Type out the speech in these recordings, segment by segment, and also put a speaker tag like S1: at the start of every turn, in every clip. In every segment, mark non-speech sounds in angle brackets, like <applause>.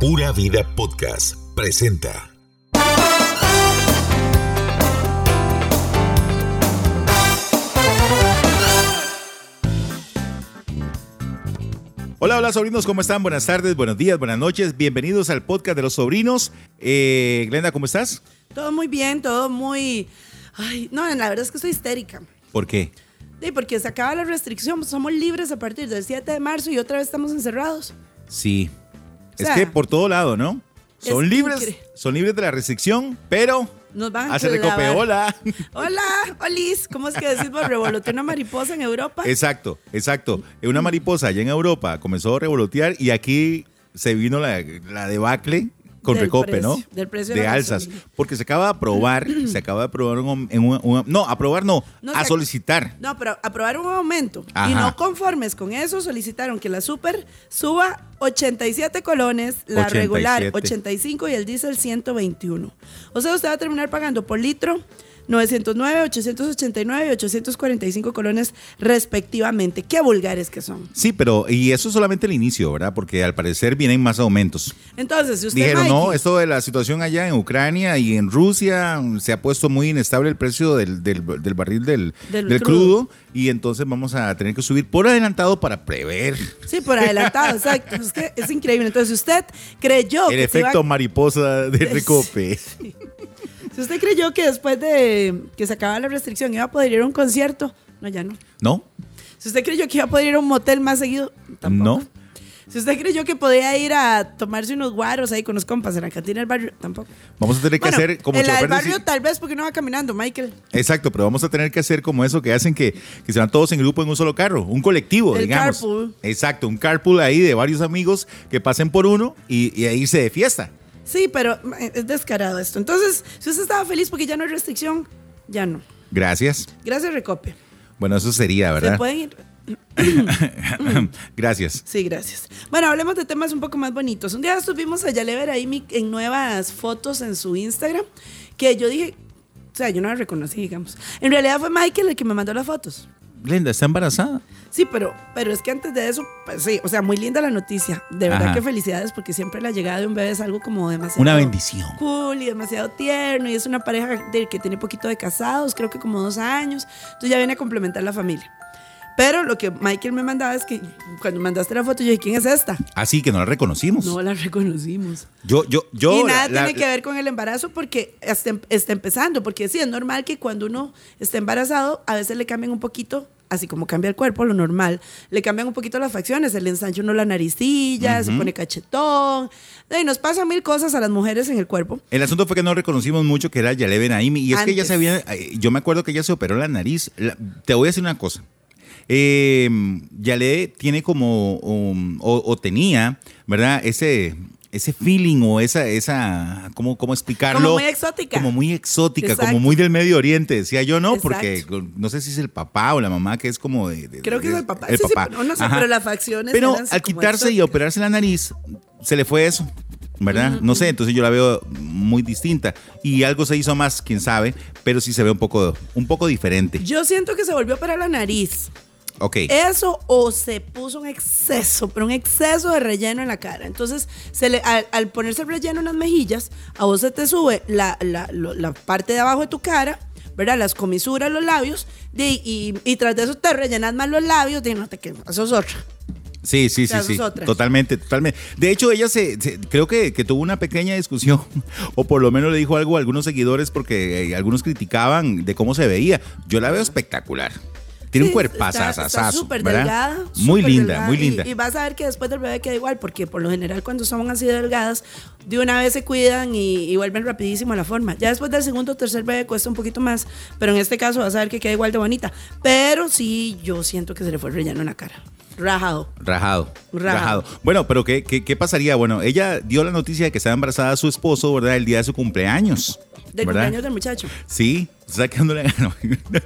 S1: Pura Vida Podcast presenta.
S2: Hola, hola sobrinos, ¿cómo están? Buenas tardes, buenos días, buenas noches. Bienvenidos al podcast de los sobrinos. Eh, Glenda, ¿cómo estás?
S3: Todo muy bien, todo muy... Ay, no, la verdad es que estoy histérica.
S2: ¿Por qué?
S3: Sí, porque se acaba la restricción, pues, somos libres a partir del 7 de marzo y otra vez estamos encerrados.
S2: Sí.
S3: O sea,
S2: es que por todo lado, ¿no?
S3: es
S2: Son libres,
S3: incre-
S2: son libres de la restricción, pero
S3: Nos van a
S2: hace de
S3: clavar.
S2: copeola.
S3: Hola, Olis, ¿cómo es que decimos revolotear una mariposa en Europa?
S2: Exacto, exacto. Una mariposa allá en Europa comenzó a revolotear y aquí se vino la, la debacle con
S3: Del
S2: recope,
S3: precio,
S2: ¿no?
S3: del precio de
S2: de
S3: la
S2: alzas.
S3: gasolina.
S2: Porque se acaba de aprobar, se acaba de aprobar un, en un- un- no, aprobar no,
S3: No,
S2: a
S3: se-
S2: solicitar.
S3: No, pero aprobaron un aumento.
S2: Ajá.
S3: Y no conformes con eso, solicitaron que la super suba 87 colones, la
S2: 87.
S3: regular 85 y el diésel 121. O sea, usted va a terminar pagando por litro 909, 889 y 845 colones respectivamente. Qué vulgares que son.
S2: Sí, pero y eso es solamente el inicio, ¿verdad? Porque al parecer vienen más aumentos.
S3: Entonces, si usted
S2: Dijeron,
S3: Mikey,
S2: no, esto de la situación allá en Ucrania y en Rusia mm, se ha puesto muy inestable el precio del, del- del barril del,
S3: Del
S2: del crudo.
S3: crudo.
S2: y entonces vamos a tener que subir por adelantado para prever
S3: Sí, por adelantado,
S2: <laughs>
S3: exacto. Es que es increíble. Entonces, si usted creyó
S2: el
S3: que se iba-
S2: efecto mariposa
S3: <laughs>
S2: del
S3: Es-
S2: recope.
S3: si usted creyó que después de que se acaba la restricción iba a poder ir a un concierto, no, ya no.
S2: ¿No?
S3: Si usted creyó que iba a poder ir a un motel más seguido, tampoco.
S2: No.
S3: Si usted creyó que podía ir a tomarse unos guaros ahí con los compas en la cantina del barrio, tampoco.
S2: Vamos a tener que
S3: Bueno,
S2: hacer como
S3: en la del
S2: chofer de ci-
S3: barrio tal vez porque no va caminando, Michael.
S2: Exacto, pero vamos a tener que hacer como eso que hacen que, que se van todos en grupo en un solo carro, un colectivo,
S3: El
S2: digamos.
S3: carpool.
S2: Exacto, un carpool ahí de varios amigos que pasen por uno y, y ahí se de fiesta.
S3: Sí, pero eh, es descarado esto. Entonces, si usted estaba feliz porque ya no hay restricción, ya no.
S2: Gracias.
S3: Gracias, Recope.
S2: Bueno, eso sería,
S3: Se
S2: ¿verdad?
S3: pueden ir.
S2: <clears throat> Gracias.
S3: Sí, gracias. Bueno, hablemos de temas un poco más bonitos. Un día estuvimos a Yalever ahí mi- en nuevas fotos en su Instagram, que yo dije, o sea, yo no la reconocí, digamos. En realidad fue Michael el que me mandó las fotos.
S2: Glenda, ¿está embarazada?
S3: Sí, pero, pero es que antes de eso, pues sí, o sea, muy linda la noticia. De verdad
S2: Ajá.
S3: que felicidades, porque siempre la llegada de un bebé es algo como demasiado.
S2: Una bendición.
S3: Cool y demasiado tierno. Y es una pareja de- que tiene poquito de casados, creo que como dos años. Entonces ya viene a complementar la familia. Pero lo que Michael me mandaba es que cuando mandaste la foto, yo dije, ¿quién es esta?
S2: Así Ah, que no la reconocimos.
S3: No la reconocimos.
S2: Yo, yo, yo.
S3: y nada
S2: la- la-
S3: tiene que ver con el embarazo porque está, em- está empezando, porque sí, es normal que cuando uno está embarazado, a veces le cambian un poquito, así como cambia el cuerpo, lo normal, le cambian un poquito las facciones, se le ensancha uno la naricilla, se pone cachetón, y nos pasan mil cosas a las mujeres en el cuerpo.
S2: El asunto fue que no reconocimos mucho que era Yaleven Aimi. Y es que ella se había.
S3: Antes.
S2: eh, Yo me acuerdo que ella se operó la nariz. La- te voy a decir una cosa. Eh, Yale tiene como. um, o, o tenía, ¿verdad? Ese. Ese feeling o esa, esa, ¿cómo, cómo explicarlo?
S3: Como muy exótica.
S2: Como muy exótica, como
S3: Exacto.
S2: muy del Medio Oriente, decía yo, ¿no?
S3: Exacto.
S2: Porque no sé si es el papá o la mamá que es como de... de-
S3: Creo que
S2: de-
S3: es el papá.
S2: El
S3: Sí, sí,
S2: papá.
S3: no, no sé,
S2: Ajá.
S3: pero las facciones.
S2: Pero
S3: eran así
S2: al
S3: como
S2: quitarse y
S3: exóticas.
S2: operarse la nariz, se le fue eso, ¿verdad? No sé, entonces yo la veo muy distinta. Y algo se hizo más, quién sabe, pero sí se ve un poco, un poco diferente.
S3: Yo eh, siento que se volvió para la nariz.
S2: Ok.
S3: Eso o se puso un exceso, pero un exceso de relleno en la cara. Entonces, se le, al, al ponerse el relleno en las mejillas, a vos se te sube la, la- lo- la parte de abajo de tu cara, ¿verdad? Las comisuras, los labios, de- y, y tras de eso te rellenas más los labios, de, no te quemas, eso es otra.
S2: Sí, sí, sí,
S3: sea,
S2: sí.
S3: sus otras.
S2: Totalmente, totalmente. De hecho, ella se, se- creo que, que tuvo una pequeña discusión, <laughs> o por lo menos le dijo algo a algunos seguidores porque eh, algunos criticaban de cómo se veía. Yo la veo espectacular. Tiene un
S3: Sí,
S2: cuerpazo,
S3: está- está súper delgada,
S2: Muy
S3: súper
S2: linda,
S3: delgada,
S2: muy
S3: y-
S2: linda.
S3: Y, vas a ver que después del bebé queda igual, porque por lo general cuando son así delgadas, de una vez se cuidan y, y vuelven rapidísimo a la forma. Ya después del segundo o tercer bebé cuesta un poquito más, pero en este caso vas a ver que queda igual de bonita. Pero sí, yo siento que se le fue el relleno en la cara. Rajado.
S2: Rajado, rajado.
S3: Rajado.
S2: Bueno, pero ¿qué, qué, qué pasaría? Bueno, ella dio la noticia de que estaba embarazada de su esposo, ¿verdad? El día de su cumpleaños.
S3: Del
S2: ¿verdad?
S3: cumpleaños del muchacho.
S2: Sí, o sea, que no, le- <laughs> no,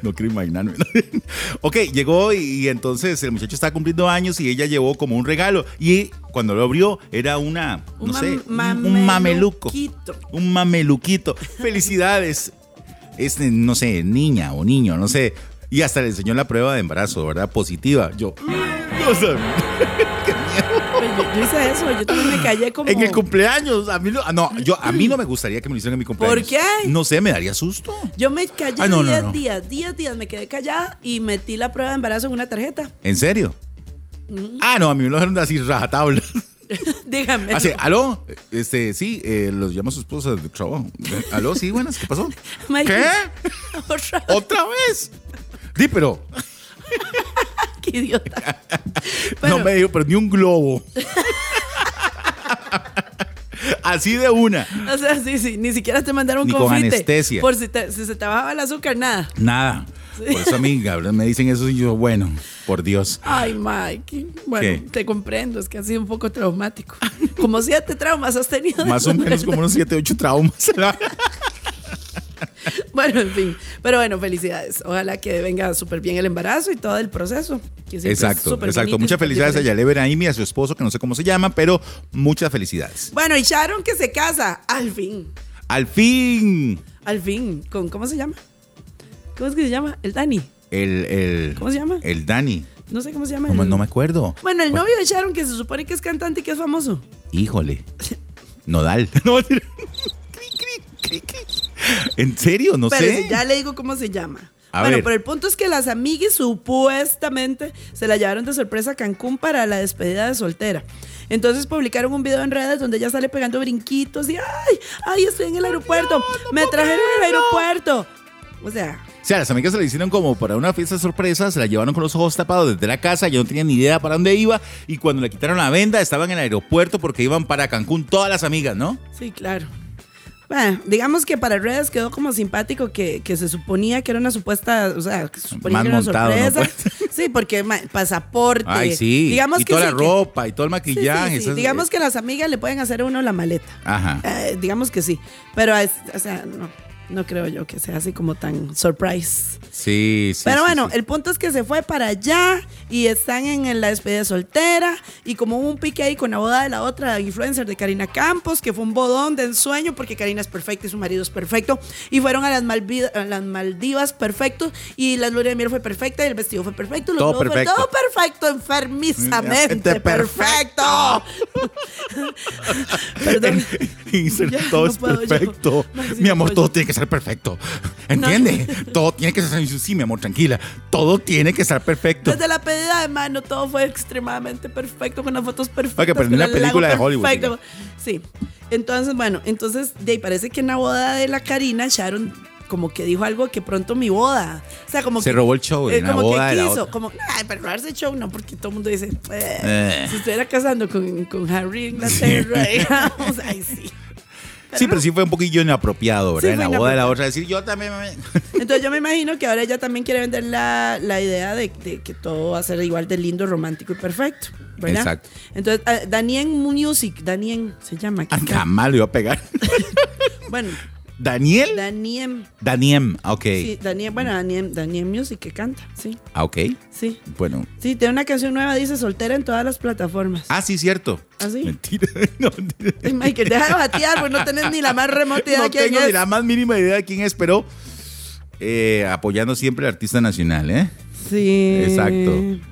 S2: no quiero imaginarme. <laughs> ok, llegó y, y entonces el muchacho estaba cumpliendo años y ella llevó como un regalo. Y cuando lo abrió, era una,
S3: Un
S2: no sé,
S3: mam-
S2: un- un mameluco.
S3: mameluquito.
S2: Un mameluquito. Felicidades. Este, no sé, niña o niño, no sé. Y hasta le enseñó la prueba de embarazo, ¿verdad? Positiva. Yo, no sé.
S3: Pues yo- Yo hice eso, yo también me callé como.
S2: <laughs> En el cumpleaños, a mí, no- ah, no, yo, a mí no me gustaría que me lo hicieran en mi cumpleaños.
S3: qué?
S2: No sé, me daría susto.
S3: Yo me callé 10
S2: Ah, no, no, no.
S3: días, 10 días me quedé callada y metí la prueba de embarazo en una tarjeta.
S2: ¿En serio? Ah, no, a mí me lo dejaron así rajatabla.
S3: Dígame. <laughs>
S2: Así, aló, este, sí, eh, los llama su esposa de trabajo. Aló, sí, buenas, ¿qué pasó?
S3: Mike,
S2: ¿Qué?
S3: Otra
S2: ¿Otra vez? Di, pero
S3: qué
S2: <laughs>
S3: idiota. Bueno,
S2: Oh. no me dijo, pero ni un globo. así de una.
S3: O sea, sí, sí, ni siquiera te mandaron
S2: Ni con
S3: confite.
S2: anestesia.
S3: Por si, te- si se te bajaba el azúcar, nada.
S2: Nada. Por eso a mí, Gabriel, me dicen eso y yo, bueno, por Dios.
S3: Ay, Mike. Bueno,
S2: ¿Qué?
S3: te comprendo, es que ha sido un poco traumático. <laughs> Como siete traumas has tenido.
S2: Más
S3: <laughs>
S2: o menos como unos 7, 8 traumas.
S3: Bueno, en fin. Pero bueno, felicidades. Ojalá que venga súper bien el embarazo y todo el proceso. que siempre es
S2: exacto,
S3: súper bonito
S2: exacto.
S3: y
S2: Muchas
S3: súper
S2: felicidades a
S3: diferente.
S2: Yale Brahimi, a su esposo, que no sé cómo se llama, pero muchas felicidades.
S3: Bueno, y Sharon que se casa, al fin.
S2: Al fin,
S3: Al fin. ¿Con cómo se llama? ¿Cómo es que se llama? El Dani.
S2: el, el.
S3: ¿Cómo se llama?
S2: El Dani.
S3: No sé cómo se llama.
S2: ¿Cómo?
S3: el-
S2: No me acuerdo. Pues,
S3: Bueno, el novio de Sharon que se supone que es cantante y que es famoso.
S2: Híjole. Nodal. <laughs> No, mentira. Cri, cri, cri, cri. ¿En serio? No
S3: Pero
S2: sé.
S3: ya le digo cómo se llama.
S2: A
S3: bueno,
S2: ver.
S3: pero el punto es que las amiguis supuestamente se la llevaron de sorpresa a Cancún para la despedida de soltera. Entonces publicaron un video en redes donde ella sale pegando brinquitos y ¡ay! ¡ay! Estoy en el aeropuerto. ¡Me trajeron al aeropuerto! O sea,
S2: O sea, las amigas se la hicieron como para una fiesta sorpresa, se la llevaron con los ojos tapados desde la casa, yo no tenía ni idea para dónde iba y cuando le quitaron la venda estaban en el aeropuerto porque iban para Cancún todas las amigas, ¿no?
S3: sí, claro. Bueno, digamos que para redes quedó como simpático que, que se suponía que era una supuesta, o sea, que se suponía
S2: Más
S3: que era una
S2: montado, ¿no? Pues.
S3: sorpresa. <laughs> Sí, porque ma- pasaporte.
S2: Ay, sí.
S3: Digamos
S2: y
S3: que
S2: toda
S3: sí,
S2: la
S3: que-
S2: ropa y todo el
S3: Sí, sí,
S2: maquillaje.
S3: sí.
S2: esas-
S3: Digamos que las amigas le pueden hacer a uno la maleta.
S2: Ajá.
S3: Eh, digamos que sí. Pero, es- o sea, no, no creo yo que sea así como tan surprise.
S2: Sí, sí.
S3: Pero
S2: sí,
S3: bueno,
S2: sí.
S3: el punto es que se fue para allá y están en el- la despedida de soltera y como hubo un pique ahí con la boda de la otra influencer de Karina Campos, que fue un bodón de ensueño porque Karina es perfecta y su marido es perfecto y fueron a las, Malvi- a las Maldivas perfectos y la luna de miel fue perfecta y el vestido fue perfecto, los
S2: Todo
S3: globos fue-
S2: perfecto.
S3: todo perfecto, enfermizamente
S2: Este
S3: perfecto.
S2: <laughs>
S3: <laughs> eh, Perdón.
S2: Insert,
S3: Ya,
S2: todo
S3: no
S2: es
S3: puedo yo.
S2: perfecto.
S3: Ay, sí,
S2: mi
S3: no
S2: amor,
S3: puedo
S2: todo
S3: yo.
S2: tiene que ser perfecto. ¿Entiendes?
S3: <laughs>
S2: Todo tiene que ser. Sí, mi amor, tranquila. Todo tiene que estar perfecto.
S3: Desde la pedida de mano todo fue extremadamente perfecto, con las fotos perfectas.
S2: Ok, pero en
S3: con
S2: una
S3: el lago
S2: película de Hollywood,
S3: perfecto. Sí. Entonces, bueno, entonces, de ahí parece que en la boda de la Karina, Sharon como que dijo algo que pronto mi boda. O sea, como
S2: Se
S3: que- eh,
S2: robó el show en la
S3: como
S2: boda de
S3: que
S2: la
S3: quiso,
S2: otra.
S3: como, ay, pero robarse el show no, porque todo el mundo dice, eh,
S2: Eh.
S3: si estuviera casando con,
S2: <laughs>
S3: con Harry Inglaterra, digamos, ay, sí.
S2: sí, pero sí fue un poquillo inapropiado, ¿verdad?
S3: Sí,
S2: en
S3: fue
S2: la boda de la otra, decir yo también. me- <laughs>
S3: Entonces yo me imagino que ahora ella también quiere vender la, la idea de, de que todo va a ser igual de lindo, romántico y perfecto. ¿verdad?
S2: Exacto.
S3: Entonces, ah, Daniel Music, Daniel se llama. aquí
S2: Ah,
S3: está.
S2: Jamás lo iba a pegar. <laughs>
S3: Bueno,
S2: Daniel.
S3: Daniel,
S2: Daniem. Ah, Ok.
S3: sí, Daniel, bueno, Daniel, Daniel Music que canta, sí,
S2: Ah, ok.
S3: sí.
S2: Bueno.
S3: Sí, tiene una canción nueva, dice soltera en todas las plataformas.
S2: Ah, sí, cierto.
S3: ¿Ah, sí?
S2: Mentira. No, mentira.
S3: Ay, Michael, deja de batear, pues no tenés ni la más remota
S2: <laughs>
S3: idea
S2: no
S3: de quién
S2: tengo
S3: es.
S2: ni la más mínima idea de quién es, pero eh, apoyando siempre al artista nacional, ¿eh?
S3: Sí.
S2: Exacto.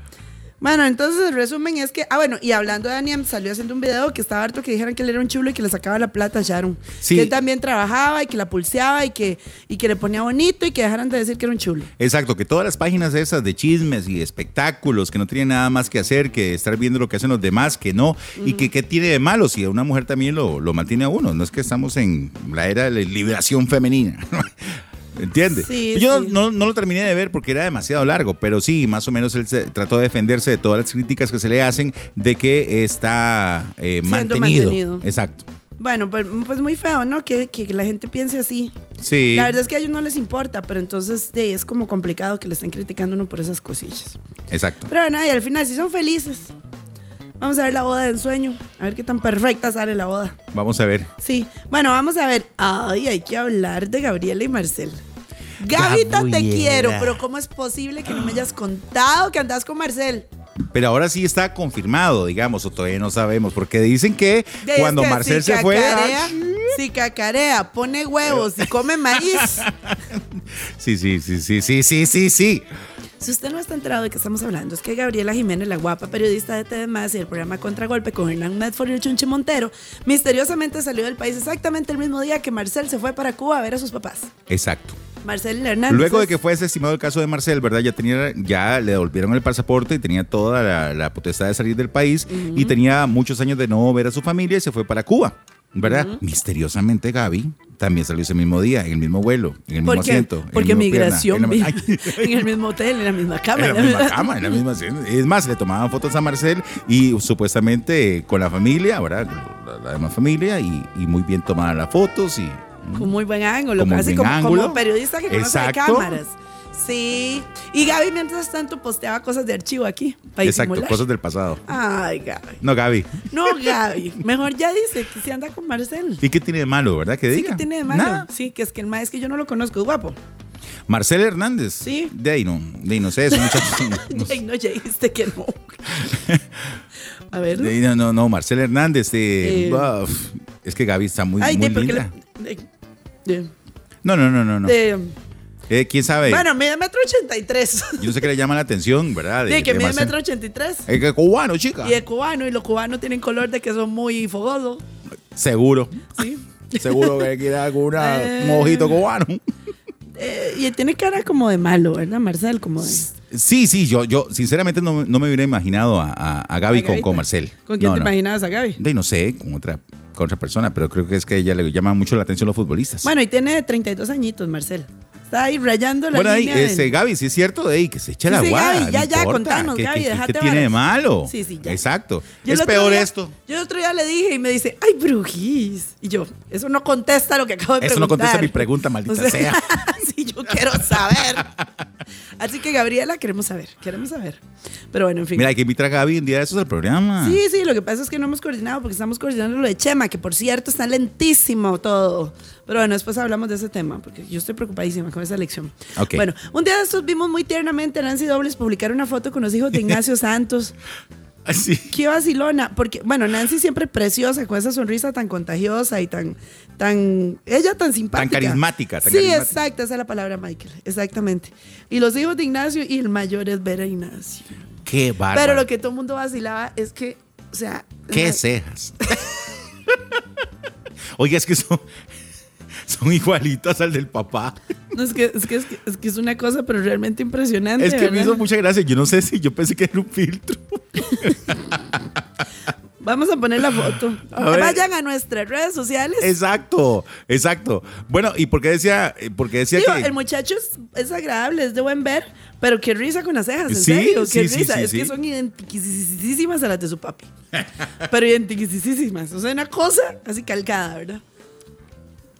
S3: Bueno, entonces el resumen es que, ah, bueno, y hablando de Daniel, salió haciendo un video que estaba harto que dijeran que él era un chulo y que le sacaba la plata a Sharon.
S2: Sí.
S3: Que él también trabajaba y que la pulseaba y que, y que le ponía bonito y que dejaran de decir que era un chulo.
S2: Exacto, que todas las páginas esas de chismes y espectáculos que no tienen nada más que hacer que estar viendo lo que hacen los demás, que no, y que qué tiene de malo si una mujer también lo, lo mantiene a uno. No es que estamos en la era de la liberación femenina. <laughs> ¿Entiendes?
S3: Sí,
S2: Yo
S3: sí.
S2: No, no lo terminé de ver porque era demasiado largo, pero sí, más o menos él se- trató de defenderse de todas las críticas que se le hacen de que está eh,
S3: Siendo
S2: mantenido.
S3: mantenido.
S2: Exacto.
S3: Bueno, pues, pues muy feo, ¿no? Que, que la gente piense así.
S2: Sí.
S3: La verdad es que a ellos no les importa, pero entonces de, es como complicado que le estén criticando a uno por esas cosillas.
S2: Exacto.
S3: Pero bueno, y al final sí son felices. Vamos a ver la boda de ensueño, a ver qué tan perfecta sale la boda.
S2: Vamos a ver.
S3: Sí, bueno, vamos a ver. Ay, hay que hablar de Gabriela y Marcel. Gavita, te
S2: Gabriela.
S3: quiero, pero ¿cómo es posible que no me hayas contado que andás con Marcel?
S2: Pero ahora sí está confirmado, digamos, o todavía no sabemos, porque dicen que
S3: De-
S2: cuando
S3: es que
S2: Marcel
S3: si
S2: se fue,
S3: cacarea,
S2: ah,
S3: Si cacarea, pone huevos y come maíz. <laughs> ¿eh?
S2: sí, sí, sí, sí, sí, sí, sí, sí.
S3: Si usted no está enterado de qué estamos hablando, es que Gabriela Jiménez, la guapa periodista de TV Más y el programa Contragolpe con Hernán Medford y el Chunche Montero, misteriosamente salió del país exactamente el mismo día que Marcel se fue para Cuba a ver a sus papás.
S2: Exacto.
S3: Marcel Hernández.
S2: Luego de que fue desestimado el caso de Marcel, ¿verdad? Ya tenía, ya le devolvieron el pasaporte y tenía toda la, la potestad de salir del país y tenía muchos años de no ver a su familia y se fue para Cuba, ¿verdad? Misteriosamente Gaby también salió ese mismo día, en el mismo vuelo, en el mismo
S3: porque,
S2: asiento. en el
S3: porque
S2: mismo pierna,
S3: migración
S2: en la-
S3: vi-
S2: Ay,
S3: <laughs> en el mismo hotel, en la misma cama.
S2: en la misma
S3: <laughs>
S2: cama, en la misma asiento. Es más, le tomaban fotos a Marcel y supuestamente con la familia, ¿verdad? La, la demás familia y, y muy bien tomadas las fotos y...
S3: Con muy buen ángulo,
S2: Con muy
S3: casi
S2: buen
S3: como,
S2: ángulo.
S3: como periodista que conoce de
S2: Exacto.
S3: cámaras. Sí. Y Gaby, mientras tanto, posteaba cosas de archivo aquí. Para
S2: Exacto,
S3: disimular.
S2: cosas del pasado.
S3: Ay, Gaby.
S2: No, Gaby.
S3: No, Gaby. Mejor ya dice que se anda con Marcel.
S2: ¿Y qué tiene de malo, verdad? Que
S3: Sí,
S2: diga.
S3: que tiene de malo.
S2: Nada.
S3: Sí, que es que el maestro que yo no lo conozco, es guapo.
S2: Marcel Hernández.
S3: Sí.
S2: De ahí no, de ahí no sé, eso
S3: <laughs>
S2: muchachos.
S3: Ay, no, ya dijiste que
S2: <laughs>
S3: no. A ver.
S2: De ahí no, no, no, Marcel Hernández. eh,
S3: Eh.
S2: uf, es que Gaby está muy,
S3: Ay,
S2: muy
S3: de porque
S2: linda.
S3: le- de- de-
S2: No, no, no, no, no.
S3: de-
S2: Eh, ¿Quién sabe?
S3: Bueno, mide metro ochenta y tres.
S2: Yo no sé qué le llama la atención, ¿verdad?
S3: De que mide
S2: Marcel.
S3: metro ochenta y tres.
S2: Es Eh, que es cubano, chica.
S3: Y es cubano, y los cubanos tienen color de que son muy fogosos.
S2: Seguro.
S3: Sí.
S2: Seguro que quiere alguna
S3: Eh.
S2: un ojito cubano.
S3: Eh, y tiene cara como de malo, ¿verdad, Marcel? Como de.
S2: Sí, sí, yo, yo sinceramente no, no me hubiera imaginado a, a- a Gaby
S3: ¿A
S2: con,
S3: Gavita?
S2: con Marcel.
S3: ¿Con quién
S2: No,
S3: te
S2: no.
S3: imaginabas a Gaby?
S2: De ahí no sé, con otra, con otra persona, pero creo que es que a ella le llama mucho la atención los futbolistas.
S3: Bueno, y tiene 32 añitos, Marcel. Está ahí rayando la
S2: Bueno, ahí,
S3: línea. del-
S2: este, Gaby, sí es cierto, de ahí, que se echa la
S3: Sí, sí,
S2: guada.
S3: Gaby,
S2: no
S3: ya, ya,
S2: importa,
S3: contanos,
S2: ¿qué-
S3: Gaby,
S2: qué-
S3: déjate
S2: ¿Qué tiene de
S3: varas.
S2: malo?
S3: Sí, sí, ya.
S2: Exacto.
S3: Yo el
S2: es
S3: otro
S2: peor
S3: día-
S2: esto.
S3: Yo el otro día le dije y me dice, ay, brujis. Y yo, eso no contesta lo que acabo de
S2: Eso no
S3: preguntar.
S2: contesta mi pregunta, maldita sea.
S3: <laughs> sí, yo quiero saber. Así que, Gabriela, queremos saber, queremos saber. Pero bueno, en fin.
S2: Mira, hay que invitar a Gaby un día de esos al programa. <laughs>
S3: Sí, sí, lo que pasa es que no hemos coordinado porque estamos coordinando lo de Chema, que por cierto está lentísimo todo. Pero bueno, después hablamos de ese tema porque yo estoy preocupadísima con esa elección.
S2: Ok.
S3: Bueno, un día de estos vimos muy tiernamente a Nancy Dobles publicar una foto con los hijos
S2: <laughs>
S3: de Ignacio Santos.
S2: Así.
S3: Qué vacilona, porque bueno, Nancy siempre preciosa, con esa sonrisa tan contagiosa y tan, tan, ella tan simpática.
S2: carismática, tan
S3: sí,
S2: carismática.
S3: exacto, esa es la palabra, Michael, exactamente. Y los hijos de Ignacio y el mayor es Vera Ignacio.
S2: Qué bárbaro.
S3: Pero lo que todo el mundo vacilaba es que, o sea...
S2: Qué
S3: la-
S2: cejas. <laughs> Oiga, es que son, son igualitas al del papá.
S3: No, es, que, es, que, es, que, es que es una cosa, pero realmente impresionante.
S2: Es que me
S3: Ah, ¿verdad?
S2: hizo mucha gracia. Yo no sé si yo pensé que era un filtro.
S3: <laughs> Vamos a poner la foto.
S2: A ver. Eh,
S3: Vayan a nuestras redes sociales.
S2: Exacto, exacto. Bueno, ¿y por qué decía, eh, por qué decía
S3: Digo,
S2: que
S3: el muchacho es, es agradable, es de buen ver, pero qué risa con las cejas, en
S2: Sí,
S3: serio,
S2: sí,
S3: qué
S2: sí,
S3: risa.
S2: sí,
S3: es
S2: sí.
S3: que son identiquisísimas a las de su papi. pero identiquisísimas. O sea, una cosa así calcada, ¿verdad?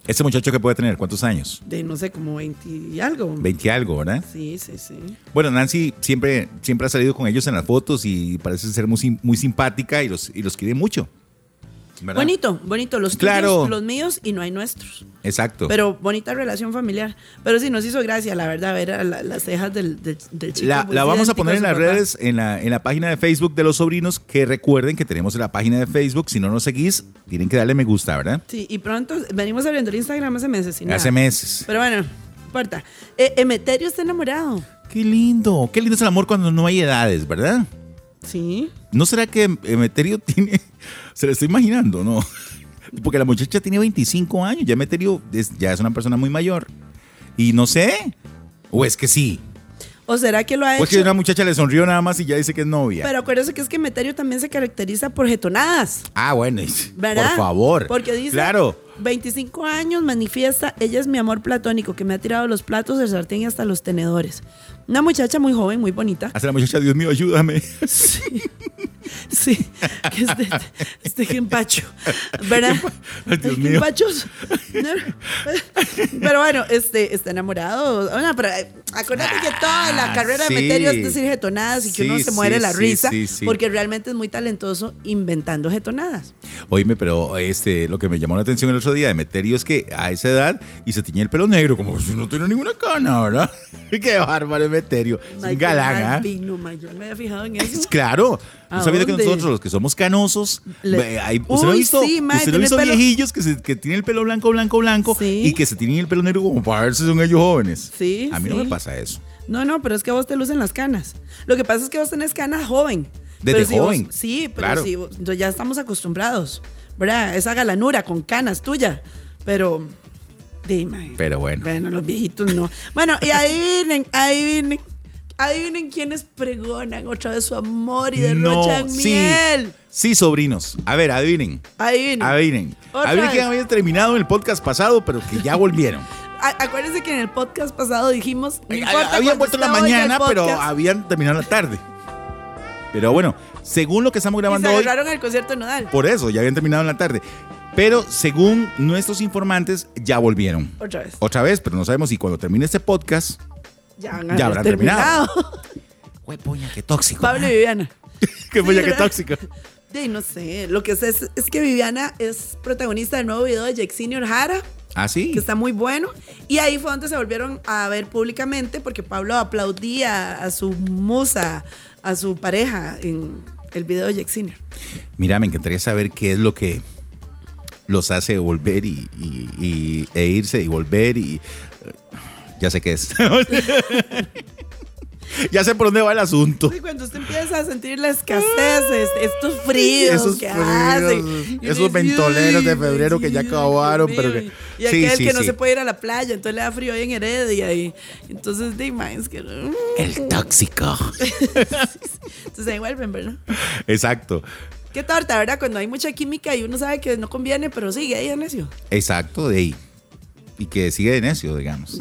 S2: ese este muchacho que puede tener? ¿Cuántos años?
S3: De no sé, como 20 y algo.
S2: 20 algo, ¿verdad?
S3: Sí, sí, sí.
S2: Bueno, Nancy siempre, siempre ha salido con ellos en las fotos y parece ser muy, sim- muy simpática y los, y los quiere mucho. ¿verdad?
S3: Bonito, bonito. Los
S2: Claro.
S3: tuyos, los míos y no hay nuestros.
S2: Exacto.
S3: Pero bonita relación familiar. Pero sí, nos hizo gracia, la verdad, ver a la- las cejas del, del, del chico. pues,
S2: la,
S3: muy
S2: la vamos a
S3: idéntico
S2: poner en
S3: su
S2: las
S3: papá.
S2: redes, en la, en la página de Facebook de los sobrinos, que recuerden que tenemos la página de Facebook. Si no nos seguís, tienen que darle me gusta, ¿verdad?
S3: Sí, y pronto venimos abriendo el Instagram hace meses. y
S2: Hace
S3: nada.
S2: meses.
S3: Pero bueno, no importa. Eh, Emeterio está enamorado.
S2: Qué lindo, qué lindo es el amor cuando no hay edades, ¿verdad?
S3: Sí.
S2: ¿No será que Emeterio <laughs> tiene.? Se lo estoy imaginando, ¿no? <laughs> Porque la muchacha tiene 25 años, ya Emeterio es- ya es una persona muy mayor. Y no sé. O es que sí.
S3: ¿O será que lo ha
S2: O es Pues que
S3: hecho?
S2: una muchacha le sonrió nada más y ya dice que es novia.
S3: Pero acuérdese que es que Emeterio también se caracteriza por jetonadas.
S2: ah, bueno. y-
S3: ¿Verdad?
S2: Por favor.
S3: Porque dice,
S2: Claro.
S3: 25 años, manifiesta, ella es mi amor platónico, que me ha tirado los platos, el sartén y hasta los tenedores. Una muchacha muy joven, muy bonita.
S2: Hasta la muchacha, Dios mío, ayúdame. <laughs>
S3: Sí. Sí, que este, este empacho, ¿verdad?
S2: Ay, Dios
S3: Qué
S2: mío.
S3: empachos. Pero bueno, este, está enamorado. Bueno, pero eh, acuérdate que toda la
S2: Ah,
S3: carrera
S2: sí.
S3: de Meterio es decir jetonadas y que
S2: Sí,
S3: uno se
S2: sí,
S3: muere la
S2: sí,
S3: risa
S2: sí, sí.
S3: porque realmente es muy talentoso inventando jetonadas.
S2: Oíme, pero este, lo que me llamó la atención el otro día de Meterio es que a esa edad y se tiñe el pelo negro, como si no tuviera ninguna cana, ¿verdad? <laughs> Qué bárbaro Meterio. Es un
S3: Michael
S2: galán, ¿ah?
S3: Malvin, no, ma, yo no me había fijado en eso.
S2: Es Claro.
S3: ¿A
S2: ¿No sabía que
S3: dónde?
S2: nosotros, los que somos canosos,
S3: Le-
S2: ve, hay- usted no ha
S3: Uy,
S2: visto,
S3: sí, madre,
S2: usted no ha
S3: tiene
S2: visto
S3: el pelo-
S2: viejillos que, se- que tienen el pelo blanco, blanco, blanco
S3: Sí.
S2: y que se tienen el pelo negro como para ver si son ellos jóvenes?
S3: Sí,
S2: A mí no
S3: sí.
S2: me pasa eso.
S3: No, no, pero es que a vos te lucen las canas. Lo que pasa es que vos tenés canas joven.
S2: Desde
S3: Pero si vos-
S2: joven.
S3: sí, pero
S2: Claro.
S3: si vos- entonces ya estamos acostumbrados, ¿verdad? Esa galanura con canas tuya. Pero. Dime.
S2: Pero bueno.
S3: Bueno, los viejitos no. Bueno, y adivinen, adivinen. Adivinen quiénes pregonan otra vez su amor y derrochan miel.
S2: sí, sobrinos. A ver, adivinen.
S3: Adivinen.
S2: Adivinen.
S3: Otra
S2: Adivinen que
S3: vez.
S2: habían terminado en el podcast pasado, pero que ya
S3: <laughs>
S2: volvieron.
S3: A- acuérdense que en el podcast pasado dijimos. no
S2: Ay,
S3: importa
S2: habían
S3: cuándo
S2: vuelto en la
S3: usted oiga el
S2: mañana, pero
S3: podcast.
S2: habían terminado en la tarde. Pero bueno, según lo que estamos
S3: Y se
S2: grabando hoy,
S3: agarraron el concierto de nodal.
S2: por eso, ya habían terminado en la tarde. Pero según nuestros informantes, ya volvieron.
S3: Otra vez.
S2: Otra vez, pero no sabemos si cuando termine este podcast.
S3: Ya, van a
S2: Ya
S3: haber
S2: habrán terminado.
S3: terminado.
S2: ¡Qué qué tóxico!
S3: Pablo y Viviana.
S2: <laughs> ¡Qué polla, qué
S3: ¿verdad? <laughs>
S2: tóxico!
S3: De no sé. Lo que sé es, es que Viviana es protagonista del nuevo video de Jexini Jara.
S2: ¿Ah, sí?
S3: que está muy bueno. Y ahí fue donde se volvieron a ver públicamente porque Pablo aplaudía a su musa, a su pareja en el video de Jack Senior.
S2: Mira, me encantaría saber qué es lo que los hace volver y, y- y- e irse y volver y ya sé qué es. <laughs> ya sé por dónde va el asunto.
S3: Y cuando usted empieza a sentir la escasez, es- estos fríos
S2: Ah. Esos
S3: que
S2: fríos,
S3: hacen. Y uno
S2: esos
S3: dice,
S2: ventoleros de
S3: "Ay,
S2: febrero que ya
S3: Dios mío,
S2: acabaron,
S3: Dios
S2: pero
S3: mío".
S2: que-
S3: Y
S2: Sí,
S3: aquel
S2: sí,
S3: que no
S2: sí.
S3: se puede ir a la playa, entonces le da frío ahí en Heredia. Y, entonces, de ma, es que... mm,
S2: El tóxico.
S3: Entonces se vuelven, ¿verdad?
S2: Exacto,
S3: Qué torta, ¿verdad? Cuando hay mucha química y uno sabe que no conviene, pero sigue ahí,
S2: <laughs>
S3: necio.
S2: exacto, de ahí. Y que sigue de necio, digamos.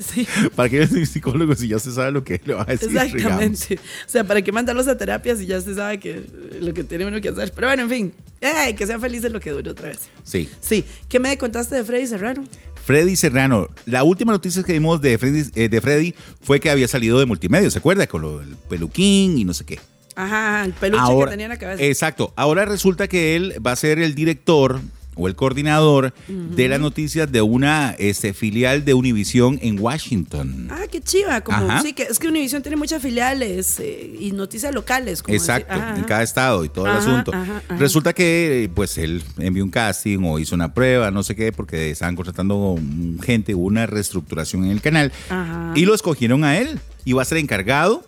S3: Sí,
S2: ¿Para qué soy psicólogo si ya se sabe lo que le va a decir? digamos?
S3: <laughs> exactamente. O sea, ¿para qué mandarlos a terapia si ya se sabe que eh, lo que tiene uno que hacer? Pero bueno, en fin. Ay, que sean felices lo que dure otra vez.
S2: Sí.
S3: Sí. ¿Qué me contaste de Freddy Serrano?
S2: Freddy Serrano. La última noticia que vimos de Freddy, eh, de Freddy fue que había salido de multimedia, ¿se acuerda? Con lo del peluquín y no sé qué.
S3: Ajá, el peluche
S2: Ahora-
S3: que tenía en la cabeza.
S2: Exacto. Ahora resulta que él va a ser el director o el coordinador de las noticias de una este, filial de Univisión en Washington.
S3: Ah, qué chiva. Como,
S2: Ajá.
S3: sí, que, es que Univision tiene muchas filiales eh, y noticias locales. Como
S2: Exacto,
S3: decir. Ajá,
S2: en
S3: ajá.
S2: cada estado y todo el
S3: Ajá,
S2: asunto.
S3: ajá, ajá.
S2: Resulta que eh, pues él envió un casting o hizo una prueba, no sé qué, porque estaban contratando mm, gente, hubo una reestructuración en el canal
S3: Ajá.
S2: y lo escogieron a él. Y va a ser encargado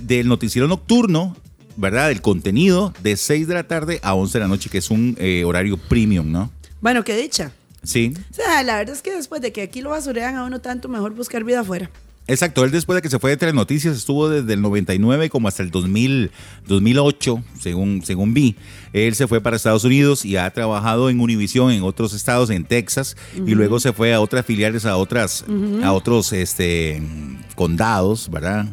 S2: del noticiero nocturno, ¿verdad? Del contenido de 6 de la tarde a 11 de la noche, que es un eh, horario premium, ¿no?
S3: Bueno, qué dicha.
S2: Sí.
S3: O sea, la verdad es que después de que aquí lo basurean a uno tanto, mejor buscar vida afuera.
S2: Exacto, él después de que se fue de Telenoticias estuvo desde el 99 como hasta el 2000, 2008, según, según vi. Él se fue para Estados Unidos y ha trabajado en Univision, en otros estados, en Texas, y luego se fue a otras filiales, a otras, a otros este, condados, ¿verdad?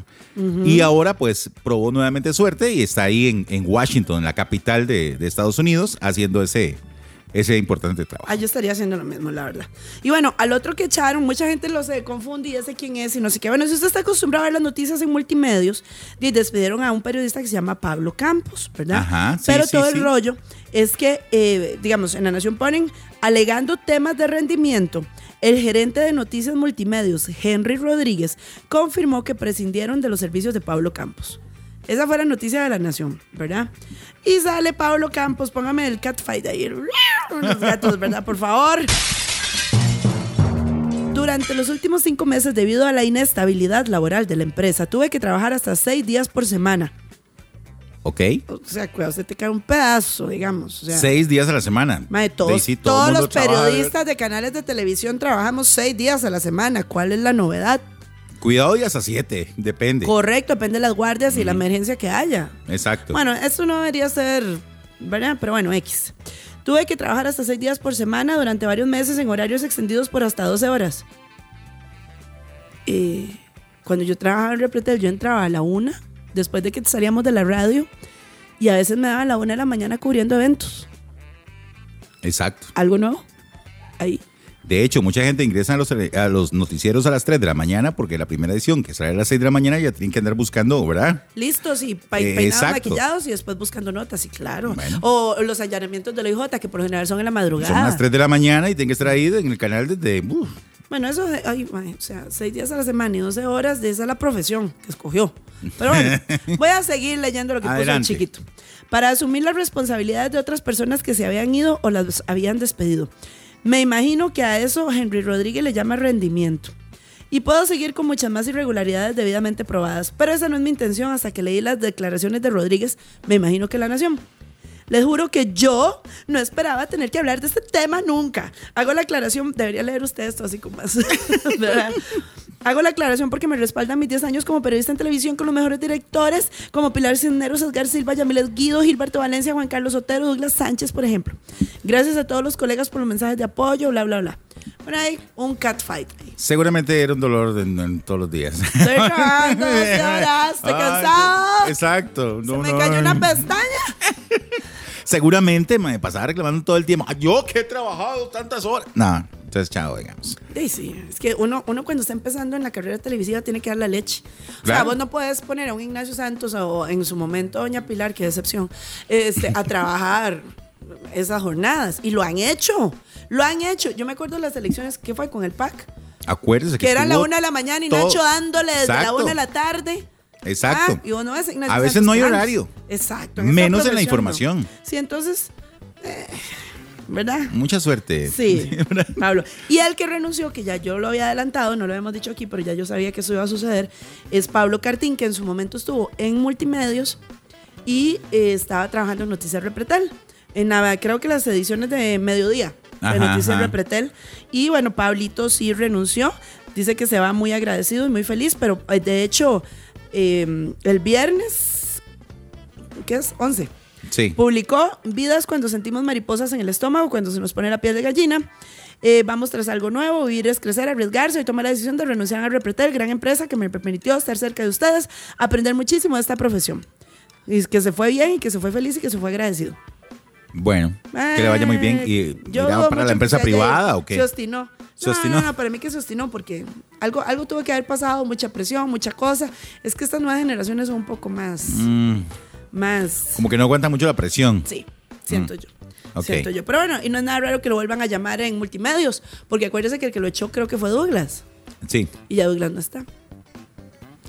S2: Y ahora pues probó nuevamente suerte y está ahí en, en Washington, en la capital de, de Estados Unidos, haciendo ese, ese importante trabajo.
S3: Ah, yo estaría haciendo lo mismo, la verdad. Y bueno, al otro que echaron, mucha gente lo se confunde y ya sé quién es y no sé qué. Bueno, si usted está acostumbrado a ver las noticias en multimedios, y despidieron a un periodista que se llama Pablo Campos, ¿verdad?
S2: Ajá, sí,
S3: Pero
S2: sí,
S3: todo
S2: sí.
S3: el rollo es que, eh, digamos, en La Nación ponen, alegando temas de rendimiento, el gerente de noticias multimedios, Henry Rodríguez, confirmó que prescindieron de los servicios de Pablo Campos. Esa fue la noticia de la nación, ¿verdad? Y sale Pablo Campos, póngame el catfight ahí. Los gatos, ¿verdad? Por favor. Durante los últimos cinco meses, debido a la inestabilidad laboral de la empresa, tuve que trabajar hasta seis días por semana.
S2: ¿Ok?
S3: O sea, cuidado, se te cae un pedazo, digamos. O sea,
S2: Seis días a la semana.
S3: Mae, todos,
S2: Daisy, todo
S3: todos
S2: el mundo
S3: los
S2: trabaja.
S3: periodistas de canales de televisión trabajamos seis días a la semana. ¿Cuál es la novedad?
S2: Cuidado y hasta siete, depende.
S3: Correcto, depende de las guardias y la emergencia que haya.
S2: Exacto.
S3: Bueno, esto no debería ser, ¿verdad? Pero bueno, X. Tuve que trabajar hasta seis días por semana durante varios meses en horarios extendidos por hasta 12 horas. Eh, cuando yo trabajaba en Repretel, yo entraba a la una, después de que salíamos de la radio, y a veces me daba a la una de la mañana cubriendo eventos.
S2: Exacto.
S3: ¿Algo nuevo? Ahí.
S2: De hecho, mucha gente ingresa a los, tele- a los noticieros a las 3 de la mañana porque la primera edición que sale a las 6 de la mañana ya tienen que andar buscando, ¿verdad?
S3: Listos y pa-
S2: Eh,
S3: peinados,
S2: exacto.
S3: maquillados y después buscando notas, y claro.
S2: Bueno.
S3: O los allanamientos de la IJ, que por lo general son en la madrugada.
S2: Son las 3 de la mañana y tienen que estar ahí en el canal desde... uf,
S3: Bueno, eso, de- ay, mae, o sea, seis días a la semana y 12 horas, de esa es la profesión que escogió. Pero bueno, voy a seguir leyendo lo que
S2: Adelante.
S3: puso el chiquito. Para asumir las responsabilidades de otras personas que se habían ido o las habían despedido. Me imagino que a eso Henry Rodríguez le llama rendimiento. Y puedo seguir con muchas más irregularidades debidamente probadas, pero esa no es mi intención hasta que leí las declaraciones de Rodríguez, me imagino que La Nación. Les juro que yo no esperaba tener que hablar de este tema nunca. Hago la aclaración, debería leer usted esto así con más. <laughs> de verdad. Hago la aclaración porque me respaldan mis 10 años como periodista en televisión con los mejores directores, como Pilar Cisneros, Edgar Silva, Yamilet Guido, Gilberto Valencia, Juan Carlos Otero, Douglas Sánchez, por ejemplo. Gracias a todos los colegas por los mensajes de apoyo, bla, bla, bla. Bueno, hay un catfight ahí.
S2: Seguramente era un dolor de- en- en todos los días.
S3: Estoy
S2: <laughs>
S3: llorando, te lloraste,
S2: Ay,
S3: cansado.
S2: Exacto.
S3: Se
S2: no,
S3: me
S2: no.
S3: cayó una pestaña.
S2: Seguramente me pasaba reclamando todo el tiempo. "Ay, Yo que he trabajado tantas horas. No, entonces chao, digamos.
S3: Sí, sí, es que uno, uno cuando está empezando en la carrera televisiva tiene que dar la leche. O sea,
S2: Claro.
S3: vos no puedes poner a un Ignacio Santos o en su momento a Doña Pilar, qué decepción, este, a trabajar <laughs> esas jornadas. Y lo han hecho, lo han hecho. Yo me acuerdo de las elecciones que fue con el PAC,
S2: Acuérdese que.
S3: que eran la
S2: estuvo
S3: una de la mañana y
S2: todo-
S3: Nacho dándole desde la
S2: Exacto.
S3: una de la tarde.
S2: Exacto.
S3: Ah, y vos no ves Ignacio
S2: A veces
S3: Santos
S2: no hay
S3: Planes.
S2: horario.
S3: Exacto. esta
S2: Menos en la
S3: profesión, no.
S2: información.
S3: Sí, entonces, eh, ¿verdad?
S2: Mucha suerte. <laughs>
S3: Sí, Pablo. Y el que renunció, que ya yo lo había adelantado, no lo habíamos dicho aquí, pero ya yo sabía que eso iba a suceder, es Pablo Cartín, que en su momento estuvo en multimedios y eh, estaba trabajando en Noticias Repretel. En la- creo que las ediciones de mediodía de
S2: Ajá,
S3: Noticias
S2: ajá.
S3: Repretel. Y bueno, Pablito sí renunció. Dice que se va muy agradecido y muy feliz, pero eh, de hecho, eh, el viernes, ¿qué es? 11.
S2: Sí.
S3: Publicó Vidas cuando sentimos mariposas en el estómago, cuando se nos pone la piel de gallina. Eh, vamos tras algo nuevo, vivir es crecer, arriesgarse y tomar la decisión de renunciar a Repretel, gran empresa que me permitió estar cerca de ustedes, aprender muchísimo de esta profesión. Y que se fue bien, y que se fue feliz, y que se fue agradecido.
S2: Bueno, que le vaya muy bien. ¿Y
S3: Eh, Yo
S2: irá para
S3: dudo mucho
S2: la
S3: que
S2: empresa
S3: se haya
S2: privada
S3: ido.
S2: o qué?
S3: Se obstinó. No,
S2: ¿Se obstinó?
S3: No, no, para mí que se obstinó porque algo, algo tuvo que haber pasado, mucha presión, mucha cosa. Es que estas nuevas generaciones son un poco más...
S2: Mm.
S3: Más...
S2: Como que no aguanta mucho la presión.
S3: Sí, siento yo.
S2: Mm. ok.
S3: Siento yo. Pero bueno, y no es nada raro que lo vuelvan a llamar en multimedios, porque acuérdense que el que lo echó creo que fue Douglas,
S2: Sí.
S3: y ya Douglas no está.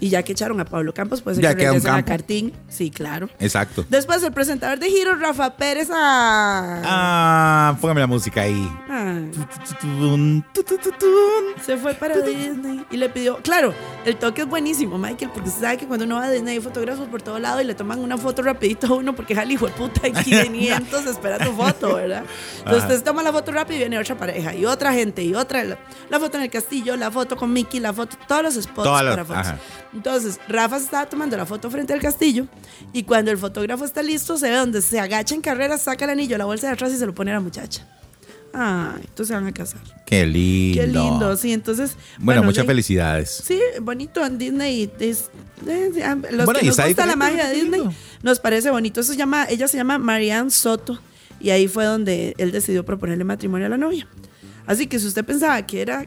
S3: Y ya que echaron a Pablo Campos, pues
S2: Ya
S3: que
S2: queda un
S3: regresen a
S2: campo.
S3: Cartín. Sí, claro.
S2: Exacto.
S3: Después el presentador de Giro, Rafa Pérez, a...
S2: Ah, póngame la música ahí.
S3: Ah.
S2: Tututun, tututun.
S3: se fue para Disney y le pidió, claro, el toque es buenísimo, Michael, porque usted sabe que cuando uno va a Disney hay fotógrafos por todo lado y le toman una foto rapidito a uno porque jale hijo de puta hay 500 esperando foto, ¿verdad? Entonces
S2: Ajá.
S3: usted toma la foto rápido y viene otra pareja y otra gente y otra, la, la foto en el castillo, la foto con Mickey, la foto, todos los spots
S2: Todas las-
S3: para fotos.
S2: ajá.
S3: Entonces, Rafa se estaba tomando la foto frente al castillo y cuando el fotógrafo está listo, se ve donde se agacha en carrera, saca el anillo, la bolsa de atrás y se lo pone a la muchacha. Ah, entonces se van a casar.
S2: Qué lindo.
S3: Qué lindo, sí. Entonces,
S2: Bueno, muchas
S3: de-
S2: felicidades.
S3: Sí, bonito en Disney. es- es- a los
S2: Bueno,
S3: que
S2: y
S3: nos
S2: está
S3: gusta la
S2: diferente,
S3: magia de
S2: qué
S3: Disney,
S2: lindo.
S3: nos parece bonito. Eso se llama, ella se llama Marianne Soto y ahí fue donde él decidió proponerle matrimonio a la novia. Así que si usted pensaba que era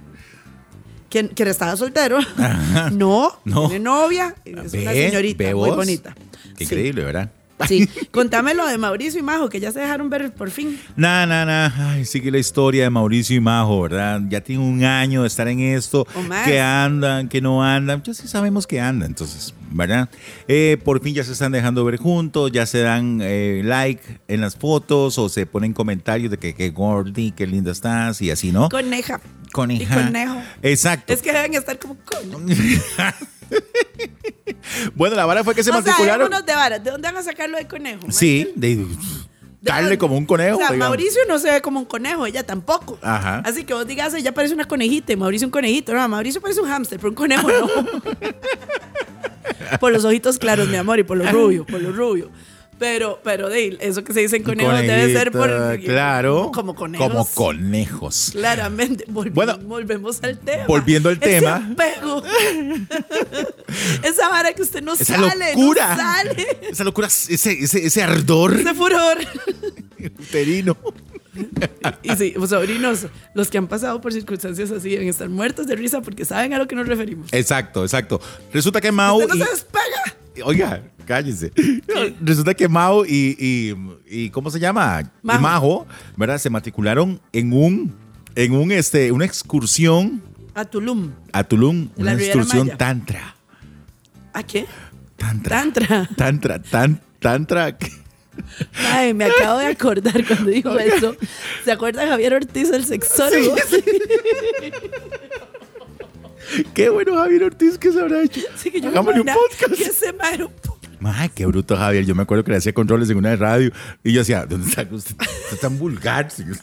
S3: que, que estaba soltero, <laughs> no,
S2: No. Ah,
S3: tiene novia, es una
S2: Ve,
S3: señorita
S2: ve
S3: muy
S2: vos.
S3: bonita.
S2: Qué
S3: Sí,
S2: increíble, ¿verdad? <laughs>
S3: Sí, contame lo de Mauricio y Majo, que ya se dejaron ver por fin.
S2: Nah, nah, nah. Ay, sigue la historia de Mauricio y Majo, ¿verdad? Ya tiene un año de estar en esto.
S3: O más.
S2: Que andan, que no andan. Ya sí sabemos que andan, entonces, ¿verdad? Eh, por fin ya se están dejando ver juntos, ya se dan eh, like en las fotos o se ponen comentarios de que qué gordi, qué linda estás y así, ¿no?
S3: Coneja.
S2: Coneja.
S3: Y conejo.
S2: Exacto.
S3: Es que deben estar como con.
S2: <laughs> Bueno, la vara fue que se
S3: o sea,
S2: matricularon.
S3: dejémonos de varas. ¿De dónde van a sacarlo de conejo?
S2: sí, de,
S3: De-
S2: darle como un conejo.
S3: O sea,
S2: digamos.
S3: Mauricio no se ve como un conejo, ella tampoco.
S2: Ajá.
S3: Así que vos digas, ella parece una conejita y Mauricio un conejito. No, Mauricio parece un hámster, pero un conejo
S2: <laughs>
S3: no. por los ojitos claros, mi amor, y por los rubios, por los rubios. Pero, pero, de eso que se dice en
S2: Un
S3: conejos debe ser por.
S2: conejito, Claro.
S3: Como conejos.
S2: Como conejos.
S3: Claramente. Volvi-
S2: Bueno,
S3: volvemos al tema.
S2: volviendo al
S3: Ese
S2: tema. <laughs>
S3: apego. Esa vara que usted no
S2: Esa
S3: sale. no
S2: locura.
S3: sale.
S2: Esa locura, ese, ese, ese ardor
S3: Ese furor.
S2: uterino.
S3: Y sí, pues, sobrinos, los que han pasado por circunstancias así deben estar muertos de risa porque saben a lo que nos referimos.
S2: Exacto, exacto. Resulta que Mao.
S3: Usted no
S2: y-
S3: se despega.
S2: Oiga, cállense. Resulta que Mao y, y, y ¿cómo se llama?
S3: Majo.
S2: Y Majo, ¿verdad? Se matricularon en un, en un este, una excursión
S3: A Tulum.
S2: a Tulum,
S3: La
S2: una
S3: Riviera
S2: excursión
S3: Maya.
S2: tantra.
S3: ¿A qué?
S2: Tantra.
S3: Tantra.
S2: Tantra, tan, tantra.
S3: Ay, me acabo de acordar cuando dijo eso. <laughs> ¿Se acuerda de Javier Ortiz, el sexólogo?
S2: Qué bueno Javier Ortiz que se habrá
S3: <laughs>
S2: hecho.
S3: Así que yo no
S2: Hagámosle un
S3: mandaba
S2: podcast.
S3: Que se me era un po-
S2: Ay, qué bruto Javier. Yo me acuerdo que le hacía controles en una radio y yo decía, ¿dónde está usted? Usted es tan vulgar.
S3: <laughs>
S2: señor".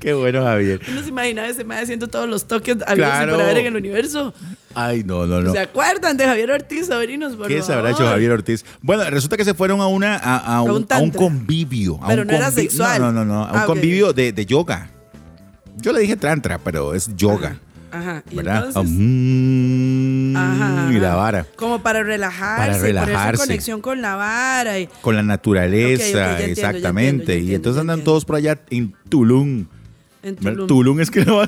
S2: Qué bueno Javier.
S3: Uno se imagina ese mae haciendo todos los toques habidos y
S2: Claro.
S3: por haber en el universo.
S2: Ay, no, no, no.
S3: ¿Se acuerdan de Javier Ortiz, sobrinos? Por
S2: ¿Qué se habrá
S3: favor?
S2: hecho Javier Ortiz? Bueno, resulta que se fueron a una a, a
S3: un
S2: un, a un
S3: tantra.
S2: convivio. a
S3: Pero
S2: un
S3: no era
S2: convi-
S3: sexual.
S2: No, no, no, no, A un
S3: Ah, ok.
S2: convivio de, de yoga. Yo le dije trantra, pero es yoga.
S3: Ajá. ¿Y
S2: ¿Verdad?
S3: entonces?
S2: Ah, mm,
S3: Ajá,
S2: y
S3: ajá.
S2: la vara.
S3: Como para relajarse,
S2: Para
S3: ponerse en
S2: relajarse.
S3: conexión con la vara. Y,
S2: Con la naturaleza,
S3: Ok, ok, ya entiendo, ya
S2: exactamente.
S3: entiendo, ya
S2: y
S3: entiendo,
S2: entonces
S3: ya
S2: andan
S3: entiendo.
S2: todos por allá en Tulum.
S3: en
S2: Ver,
S3: Tulum.
S2: Tulum es que no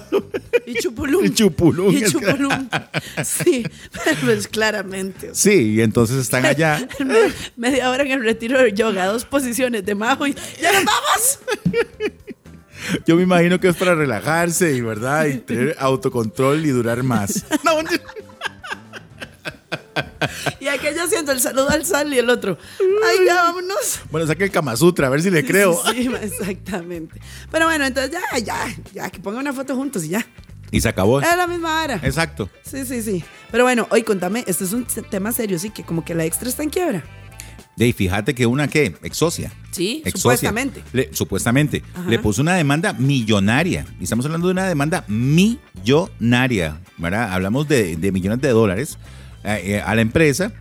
S3: Y Chupulum.
S2: Y Chupulum,
S3: Y
S2: es que-
S3: Chupulum. Sí, pues claramente. o sea,
S2: <laughs> Sí, y entonces están
S3: <laughs>
S2: allá.
S3: me- Media hora en el retiro de yoga, dos posiciones de majo y ¡ya nos vamos!
S2: Yo me imagino que es para relajarse y verdad y tener autocontrol y durar
S3: <laughs>
S2: más. No, mentira.
S3: Y aquella haciendo el saludo al sol y el otro. ¡Ay, ya vámonos!
S2: bueno, saque el Kama Sutra, a ver si le creo.
S3: Sí, <laughs> sí, ma, exactamente. Pero bueno, entonces ya, ya, ya, que pongan una foto juntos y ya.
S2: Y se acabó.
S3: Es la misma vara.
S2: Exacto.
S3: Sí, sí, sí. Pero bueno, hoy contame, este es un t- tema serio, sí, que como que la extra está en quiebra.
S2: De ahí, fíjate que una que, exocia.
S3: Sí,
S2: Ex socia.
S3: supuestamente.
S2: Le- supuestamente.
S3: Ajá.
S2: Le puso una demanda millonaria. Y estamos hablando de una demanda millonaria. ¿verdad? Hablamos de, de millones de dólares eh, eh, a la empresa.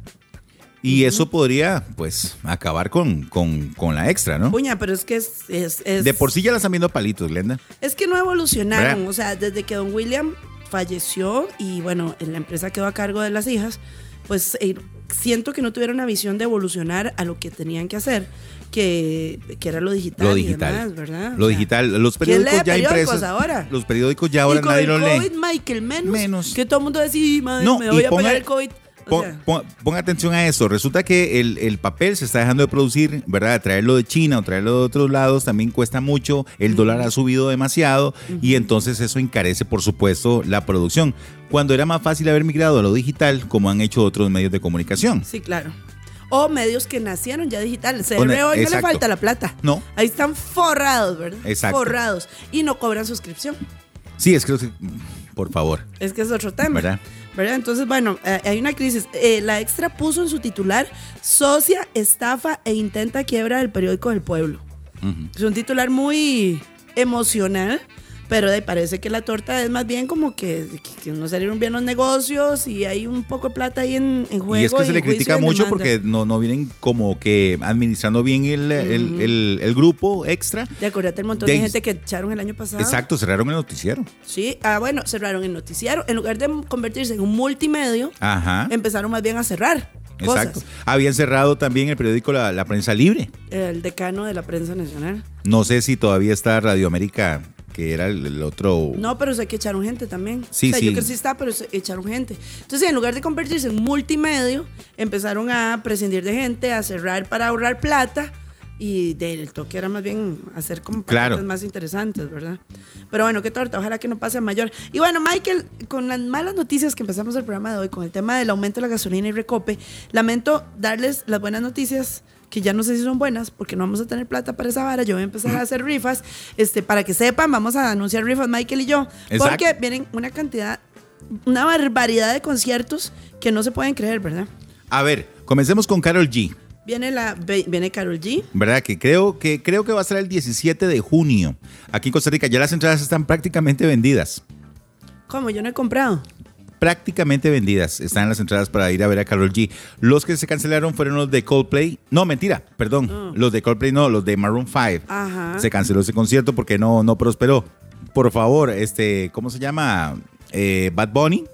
S2: Y eso podría, pues, acabar con, con, con la extra, ¿no?
S3: Puña, pero es que es. es, es-
S2: De por sí ya la están viendo a palitos, Glenda.
S3: Es que no evolucionaron.
S2: ¿Verdad?
S3: O sea, desde que Don William falleció y bueno, la empresa quedó a cargo de las hijas, pues eh, siento que no tuvieron una visión de evolucionar a lo que tenían que hacer, que, que era lo digital.
S2: Lo
S3: Y
S2: digital.
S3: demás, ¿verdad?
S2: Lo
S3: O sea,
S2: digital. Los
S3: ¿quién lee
S2: periódicos ya
S3: periódicos
S2: impresos.
S3: ahora?
S2: Los periódicos ya ahora
S3: y con
S2: nadie
S3: el
S2: los lee.
S3: COVID, Michael, menos,
S2: Menos.
S3: Que todo el mundo decía, madre,
S2: No,
S3: me
S2: y
S3: voy a
S2: ponga-
S3: pegar el COVID. O
S2: Pon,
S3: sea,
S2: pon- pon atención a eso. Resulta que el, el papel se está dejando de producir, ¿verdad? Traerlo de China o traerlo de otros lados también cuesta mucho. El dólar ha subido demasiado y entonces eso encarece, por supuesto, la producción. Cuando era más fácil haber migrado a lo digital, como han hecho otros medios de comunicación.
S3: sí, claro. O medios que nacieron ya digitales. Se
S2: Con-
S3: hoy no le
S2: exacto.
S3: falta la plata.
S2: No.
S3: Ahí están forrados, ¿verdad?
S2: Exacto.
S3: Forrados. Y no cobran suscripción.
S2: Sí, es que, por favor.
S3: Es que es otro tema.
S2: ¿Verdad?
S3: ¿Verdad? Entonces, bueno, eh, hay una crisis. Eh, la Extra puso en su titular Socia, estafa e intenta quiebra del periódico del pueblo. Es un titular muy emocional, pero de- parece que la torta es más bien como que, que- que no salieron bien los negocios y hay un poco de plata ahí en, en juego.
S2: Y es que se le
S3: juicio y
S2: critica
S3: demanda.
S2: mucho porque no, no vienen como que administrando bien el, el- el- el grupo extra.
S3: Y acordate el montón
S2: De-
S3: de gente que echaron el año pasado.
S2: Exacto, cerraron el noticiero.
S3: Sí, ah, bueno, cerraron el noticiero. En lugar de convertirse en un multimedio,
S2: Ajá.
S3: empezaron más bien a cerrar. Cosas.
S2: Exacto. Habían cerrado también el periódico La, La Prensa Libre.
S3: el decano de la prensa nacional.
S2: No sé si todavía está Radio América, que era el, el otro.
S3: No, pero sé que echaron gente también.
S2: Sí,
S3: o sea,
S2: sí.
S3: yo que sí está, pero se- echaron gente. Entonces, en lugar de convertirse en multimedio, empezaron a prescindir de gente, a cerrar para ahorrar plata. Y del toque era más bien hacer como
S2: Claro.
S3: paquetes más interesantes, ¿verdad? Pero bueno, qué torta, ojalá que no pase a mayor. Y bueno, Michael, con las malas noticias que empezamos el programa de hoy, con el tema del aumento de la gasolina y recope, lamento darles las buenas noticias, que ya no sé si son buenas, porque no vamos a tener plata para esa vara. Yo voy a empezar a hacer rifas. Este, para que sepan, vamos a anunciar rifas Michael y yo.
S2: Exacto.
S3: Porque vienen una cantidad, una barbaridad de conciertos que no se pueden creer, ¿verdad?
S2: A ver, comencemos con Carol G.
S3: Viene la ve- viene Carol G.
S2: ¿Verdad? Que creo, que creo que va a ser el 17 de junio. Aquí en Costa Rica ya las entradas están prácticamente vendidas.
S3: ¿Cómo? Yo no he comprado.
S2: prácticamente vendidas. Están las entradas para ir a ver a Carol G. Los que se cancelaron fueron los de Coldplay. No, mentira, perdón. Los de Coldplay no, los de Maroon 5.
S3: Ajá.
S2: Se canceló ese concierto porque no, no prosperó. Por favor, este, ¿cómo se llama? Eh, Bad Bunny.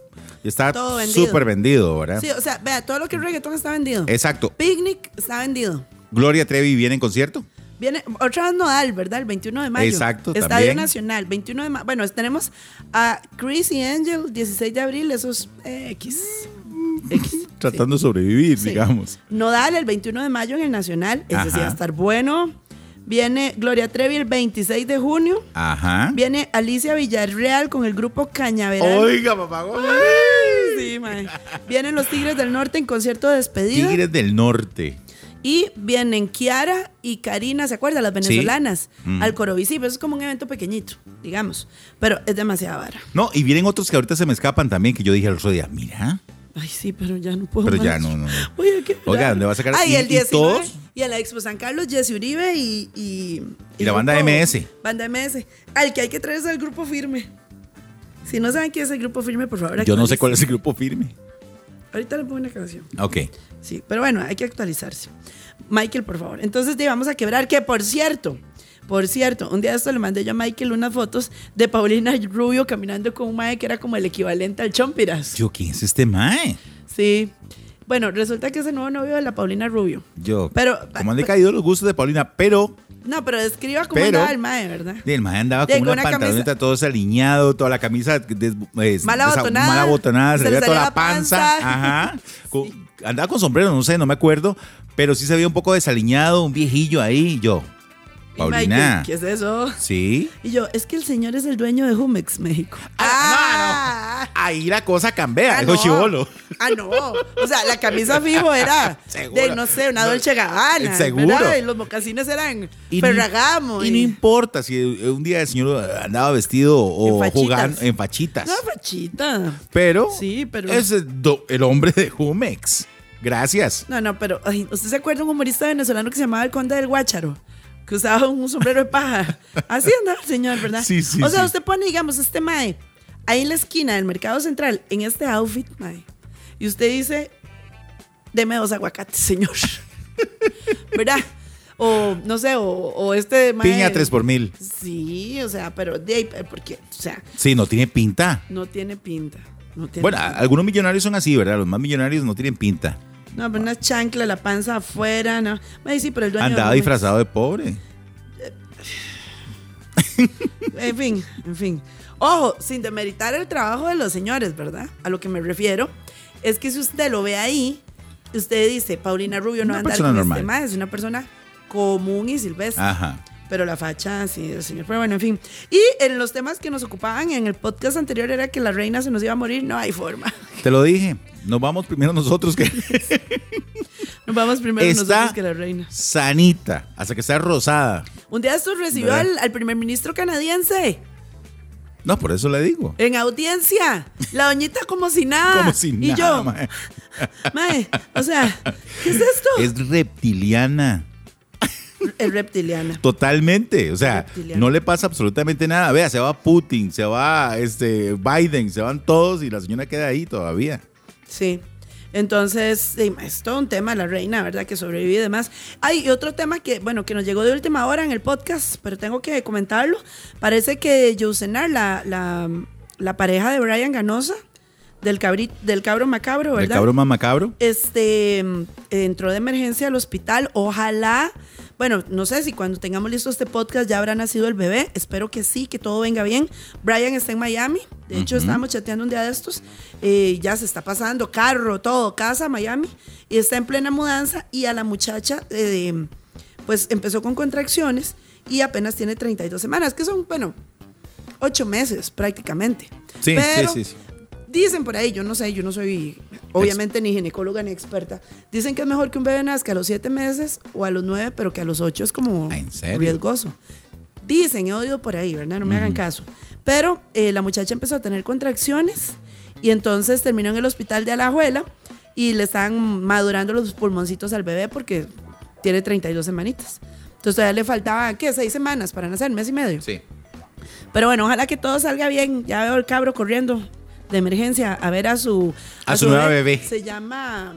S2: Está
S3: Todo vendido.
S2: súper vendido, ¿verdad?
S3: Sí, o sea, vea, todo lo que es reggaetón está vendido.
S2: Exacto.
S3: Picnic está vendido.
S2: Gloria Trevi viene en concierto.
S3: Viene otra vez Nodal, ¿verdad? El 21 de mayo.
S2: Exacto,
S3: Estadio
S2: también.
S3: Nacional, 21 de mayo. Bueno, tenemos a Chris y Angel, 16 de abril, esos eh, X.
S2: Mm.
S3: X.
S2: Tratando de sobrevivir,
S3: Sí.
S2: digamos.
S3: Nodal el 21 de mayo en el Nacional. Ese sí
S2: Ajá.
S3: va a estar bueno. Viene Gloria Trevi el 26 de junio.
S2: Ajá.
S3: Viene Alicia Villarreal con el grupo Cañaveral.
S2: Oiga, papá. Gómez.
S3: Sí, mae. Vienen los Tigres del Norte en concierto de despedida.
S2: Tigres del Norte.
S3: Y vienen Kiara y Karina, ¿se acuerdan? Las venezolanas
S2: Mm.
S3: al Corovici, pero eso es como un evento pequeñito, digamos. Pero es demasiada vara.
S2: No, y vienen otros que ahorita se me escapan también, que yo dije el otro día, mira.
S3: Ay, sí, pero ya no puedo.
S2: Pero ya
S3: más.
S2: no, no, no.
S3: Oiga, qué
S2: Oiga,
S3: bravo.
S2: ¿dónde va a sacar-
S3: Ay,
S2: y-
S3: el
S2: y
S3: 19.
S2: todos?
S3: Y, en la Expo San Carlos, Jesse Uribe y. Y,
S2: Y la banda
S3: grupo-
S2: MS.
S3: Banda MS. Al que hay que traer es al grupo firme. Si no saben quién es el grupo firme, por favor.
S2: Yo no sé
S3: actualicen.
S2: cuál es el grupo firme.
S3: Ahorita le pongo una canción.
S2: Ok.
S3: Sí, pero bueno, hay que actualizarse. Michael, por favor. Entonces te vamos a quebrar, que por cierto, por cierto, un día de esto le mandé yo a Michael unas fotos de Paulina Rubio caminando con un mae que era como el equivalente al Chompiras.
S2: Yo, ¿quién es este mae?
S3: Sí. Bueno, resulta que es el nuevo novio de la Paulina Rubio.
S2: Yo,
S3: Pero-
S2: como han decaído los gustos de Paulina, pero
S3: No, pero describa cómo
S2: Pero-
S3: andaba el mae, ¿verdad?
S2: el mae andaba
S3: De-
S2: con una,
S3: con una
S2: pantaloneta todo desaliñado, toda la camisa des- es-
S3: Mal abotonada.
S2: mal abotonada, se,
S3: Se
S2: le
S3: le
S2: veía toda
S3: salía
S2: la
S3: la
S2: panza.
S3: panza.
S2: Ajá. Con- andaba con sombrero, no sé, no me acuerdo, pero sí se veía un poco desaliñado, un viejillo ahí. Yo,
S3: Y
S2: Paulina.
S3: Michael, ¿qué es eso?
S2: Sí.
S3: Y yo, es que el señor es el dueño de Jumex, México.
S2: Ah, no, no. Ahí la cosa cambia,
S3: Ah,
S2: dijo
S3: no.
S2: Chivolo.
S3: Ah, no. O sea,
S2: <laughs>
S3: la camisa fijo era
S2: Seguro.
S3: de, no sé, una
S2: No.
S3: Dolce Gabbana.
S2: Seguro.
S3: ¿verdad? Y los mocasines eran
S2: Y
S3: Ferragamo.
S2: no- Y no importa si un día el señor andaba vestido o
S3: En fachitas.
S2: jugando en fachitas.
S3: No, fachita.
S2: Pero,
S3: Sí, pero-
S2: es el, do- el hombre de Jumex. Gracias.
S3: No, no, pero ay, ¿usted se acuerda de un humorista venezolano que se llamaba el Conde del Guácharo? Que usaba un sombrero de paja. Así andaba el señor, ¿verdad?
S2: Sí, sí,
S3: O sea,
S2: sí.
S3: usted pone, digamos, este mae ahí en la esquina del Mercado Central, en este outfit, mae. Y usted dice, deme dos aguacates, señor. <laughs> ¿Verdad? O, no sé, o, o este mae...
S2: Piña 3 por mil.
S3: Sí, o sea, pero de ahí, eh, porque, o sea,
S2: Sí, no tiene pinta.
S3: no tiene pinta. No tiene
S2: Bueno, ah, a-
S3: pinta.
S2: algunos millonarios son así, ¿verdad? Los más millonarios no tienen pinta.
S3: No, pero una chancla, la panza afuera, no. Mae, sí, pero el dueño... de
S2: Andaba
S3: Jumex-
S2: disfrazado de pobre.
S3: En fin, en fin. Ojo, sin demeritar el trabajo de los señores, ¿verdad? A lo que me refiero es que si usted lo ve ahí, usted dice, Paulina Rubio
S2: Una
S3: no va a andar
S2: persona
S3: con
S2: normal. Ah.
S3: este mae, es una persona común y silvestre.
S2: Ajá.
S3: Pero la facha, sí, el señor. Pero bueno, en fin. Y en los temas que nos ocupaban en el podcast anterior era que la reina se nos iba a morir. No hay forma. <laughs>
S2: Te lo dije. Nos vamos primero nosotros que
S3: Nos vamos primero
S2: está
S3: nosotros que la reina.
S2: sanita, hasta que sea rosada.
S3: Un día esto recibió
S2: ¿Verdad?
S3: al, al primer ministro canadiense
S2: No, por eso le digo.
S3: en audiencia. La doñita como si nada.
S2: Como si
S3: Ah, Y
S2: nada.
S3: yo,
S2: mae.
S3: Mae, o sea, ¿qué es esto?
S2: Es reptiliana.
S3: Es reptiliana.
S2: Totalmente, o sea,
S3: Reptiliano.
S2: no le pasa absolutamente nada. Vea, se va Putin, se va este Biden, se van todos y la señora queda ahí todavía.
S3: Sí. Entonces, sí, mae, es todo un tema la reina, ¿verdad? Que sobrevive y demás. Hay otro tema que, bueno, que nos llegó de última hora en el podcast, pero tengo que comentarlo. Parece que Yusenar, la, la, la pareja de Brian Ganosa, del, cabri- del cabro macabro,
S2: El
S3: ¿verdad?
S2: cabro más macabro.
S3: este mm, entró de emergencia al hospital. Ojalá, bueno, no sé si cuando tengamos listo este podcast ya habrá nacido el bebé. Espero que sí, que todo venga bien. Brian está en Miami. De hecho, estábamos chateando un día de estos. Eh, ya se está pasando carro, todo, casa, Miami. Y está en plena mudanza. Y a la muchacha, eh, pues empezó con contracciones y apenas tiene 32 semanas, que son, bueno, ocho meses prácticamente.
S2: Sí,
S3: Pero
S2: sí, sí, sí.
S3: Dicen por ahí, yo no sé, yo no soy obviamente ni ginecóloga ni experta. Dicen que es mejor que un bebé nazca a los 7 meses o a los 9, pero que a los 8 es como
S2: Ah, ¿en serio?
S3: riesgoso. Dicen, he oído por ahí, ¿verdad? No me hagan caso. Pero eh, la muchacha empezó a tener contracciones y entonces terminó en el hospital de Alajuela y le estaban madurando los pulmoncitos al bebé porque tiene 32 semanitas. Entonces todavía le faltaba, ¿qué? Seis semanas para nacer, mes y medio.
S2: Sí.
S3: Pero bueno, ojalá que todo salga bien. Ya veo el cabro corriendo de emergencia a ver a su...
S2: A su nueva bebé.
S3: Se llama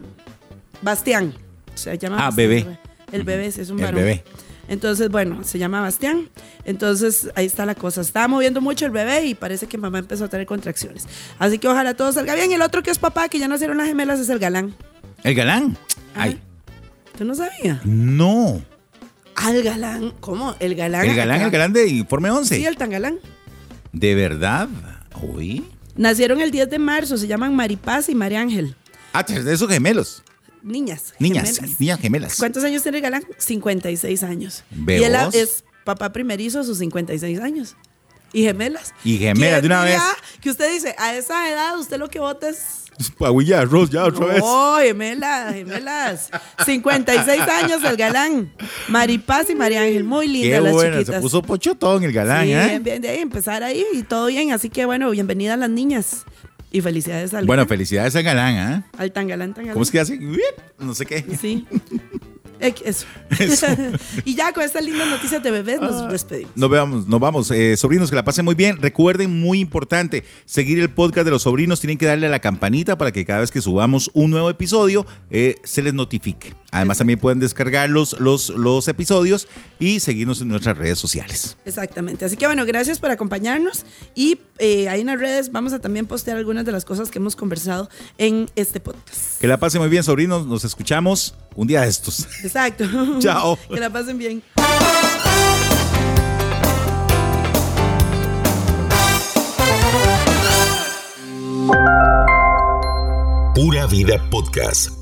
S3: Bastián. Se llama
S2: Ah,
S3: Bastián,
S2: bebé.
S3: El bebé, sí, es un
S2: El
S3: varón.
S2: bebé.
S3: Entonces, bueno, se llama Bastián. Entonces, ahí está la cosa. Estaba moviendo mucho el bebé y parece que mamá empezó a tener contracciones. Así que ojalá todo salga bien. El otro que es papá, que ya nacieron las gemelas, es el galán.
S2: El galán.
S3: Ajá.
S2: Ay,
S3: ¿Tú no sabías?
S2: no.
S3: Al galán. ¿Cómo? El galán.
S2: El galán,
S3: acá.
S2: el galán de Informe 11.
S3: Sí, el tan galán.
S2: De verdad. Uy.
S3: Nacieron el 10 de marzo, se llaman Maripaz y María Ángel.
S2: Ah, de esos gemelos.
S3: Niñas.
S2: Niñas,
S3: gemelas.
S2: niñas gemelas. <laughs>
S3: ¿Cuántos años tiene el Galán? 56 años.
S2: ¿Ve
S3: Y él a-
S2: vos?
S3: es papá primerizo a sus 56 años. Y gemelas.
S2: Y gemelas,
S3: ¿Quién
S2: de una
S3: diría
S2: vez.
S3: Que usted dice, a esa edad usted lo que vota es
S2: Agüilla, arroz, ya <laughs> otra vez.
S3: Oh, gemelas, gemelas. 56 años el galán. Maripaz y María Ángel. Muy linda
S2: Qué
S3: las
S2: bueno, se
S3: chiquitas.
S2: puso pochotón el galán,
S3: Sí,
S2: ¿eh?
S3: bien, bien, de ahí empezar ahí y todo bien. Así que bueno, bienvenidas las niñas. Y felicidades al,
S2: Bueno, felicidades al galán, ¿ah?
S3: al tan galán, tan galán.
S2: ¿Cómo es que hace? No sé qué.
S3: <laughs> Sí. Eh, Eso. <laughs> y ya con estas lindas noticias de bebés nos despedimos.
S2: Nos vamos, nos vamos. Eh, sobrinos, que la pasen muy bien. Recuerden, muy importante, seguir el podcast de los sobrinos. Tienen que darle a la campanita para que cada vez que subamos un nuevo episodio eh, se les notifique. Además, también pueden descargar los, los, los episodios y seguirnos en nuestras redes sociales.
S3: Exactamente. Así que bueno, gracias por acompañarnos. Y eh, ahí en las redes vamos a también postear algunas de las cosas que hemos conversado en este podcast.
S2: Que la pasen muy bien, sobrinos. Nos escuchamos un día de estos.
S3: Exacto.
S2: Chao.
S3: <laughs> que la pasen bien.
S1: Pura Vida Podcast